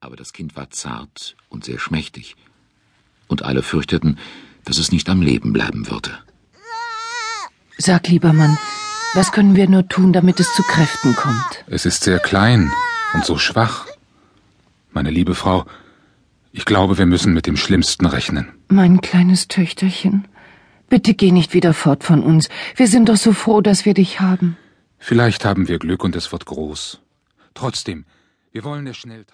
Aber das Kind war zart und sehr schmächtig. Und alle fürchteten, dass es nicht am Leben bleiben würde. Sag, lieber Mann, was können wir nur tun, damit es zu Kräften kommt? Es ist sehr klein und so schwach. Meine liebe Frau, ich glaube, wir müssen mit dem Schlimmsten rechnen. Mein kleines Töchterchen, bitte geh nicht wieder fort von uns. Wir sind doch so froh, dass wir dich haben. Vielleicht haben wir Glück und es wird groß. Trotzdem, wir wollen es schnell.